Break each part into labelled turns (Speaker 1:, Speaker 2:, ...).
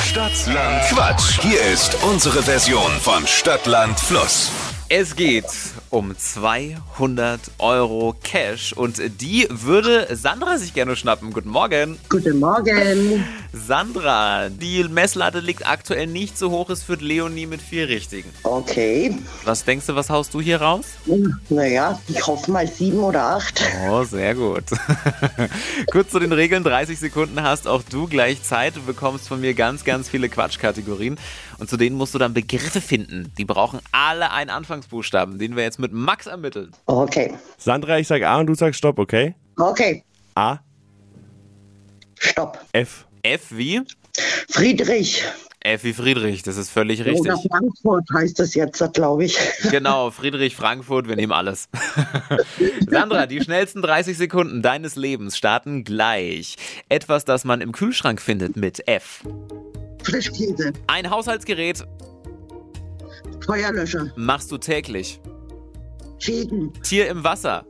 Speaker 1: Stadtland Quatsch. Hier ist unsere Version von Stadtland Fluss.
Speaker 2: Es geht um 200 Euro Cash und die würde Sandra sich gerne schnappen. Guten Morgen.
Speaker 3: Guten Morgen.
Speaker 2: Sandra, die Messlatte liegt aktuell nicht so hoch, es führt Leonie mit vier Richtigen.
Speaker 3: Okay.
Speaker 2: Was denkst du, was haust du hier raus?
Speaker 3: Naja, ich hoffe mal sieben oder acht.
Speaker 2: Oh, sehr gut. Kurz zu den Regeln, 30 Sekunden hast auch du gleich Zeit. Du bekommst von mir ganz, ganz viele Quatschkategorien. Und zu denen musst du dann Begriffe finden. Die brauchen alle einen Anfangsbuchstaben, den wir jetzt mit Max ermitteln.
Speaker 3: Okay.
Speaker 4: Sandra, ich sag A und du sagst Stopp, okay?
Speaker 3: Okay.
Speaker 4: A,
Speaker 3: Stopp.
Speaker 4: F,
Speaker 2: F wie?
Speaker 3: Friedrich.
Speaker 2: F wie Friedrich, das ist völlig richtig.
Speaker 3: Oder Frankfurt heißt das jetzt, glaube ich.
Speaker 2: Genau, Friedrich Frankfurt, wir nehmen alles. Sandra, die schnellsten 30 Sekunden deines Lebens starten gleich. Etwas, das man im Kühlschrank findet mit F.
Speaker 3: Frischkäse.
Speaker 2: Ein Haushaltsgerät
Speaker 3: Feuerlöscher.
Speaker 2: machst du täglich.
Speaker 3: Schäden.
Speaker 2: Tier im Wasser.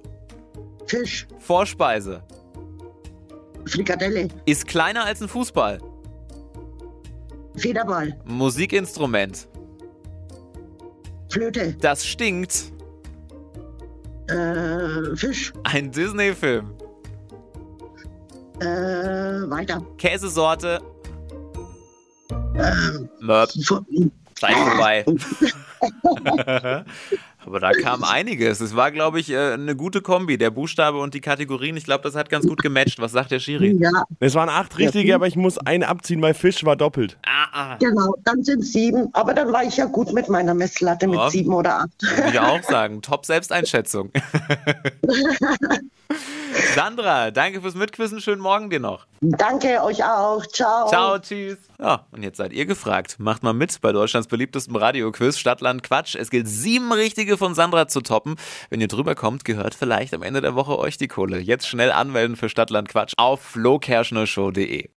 Speaker 3: Fisch.
Speaker 2: Vorspeise.
Speaker 3: Frikadelle.
Speaker 2: Ist kleiner als ein Fußball.
Speaker 3: Federball.
Speaker 2: Musikinstrument.
Speaker 3: Flöte.
Speaker 2: Das stinkt.
Speaker 3: Äh, Fisch.
Speaker 2: Ein Disney-Film.
Speaker 3: Äh, weiter.
Speaker 2: Käsesorte. Mörb.
Speaker 3: Fu-
Speaker 2: Zeit vorbei. Aber da kam einiges. Es war, glaube ich, äh, eine gute Kombi, der Buchstabe und die Kategorien. Ich glaube, das hat ganz gut gematcht. Was sagt der Schiri?
Speaker 3: Ja,
Speaker 4: Es waren acht richtige, aber ich muss einen abziehen, weil Fisch war doppelt.
Speaker 2: Ah, ah.
Speaker 3: genau. Dann sind sieben. Aber dann war ich ja gut mit meiner Messlatte
Speaker 2: Ja.
Speaker 3: mit sieben oder acht.
Speaker 2: Würde ich auch sagen. Top Selbsteinschätzung. Sandra, danke fürs Mitquissen. Schönen Morgen dir noch.
Speaker 3: Danke euch auch. Ciao.
Speaker 2: Ciao, tschüss. Ja, und jetzt seid ihr gefragt. Macht mal mit bei Deutschlands beliebtestem Radioquiz Stadtland Quatsch. Es gilt sieben richtige von Sandra zu toppen. Wenn ihr drüber kommt, gehört vielleicht am Ende der Woche euch die Kohle. Jetzt schnell anmelden für Stadtland Quatsch auf flokerschnershow.de.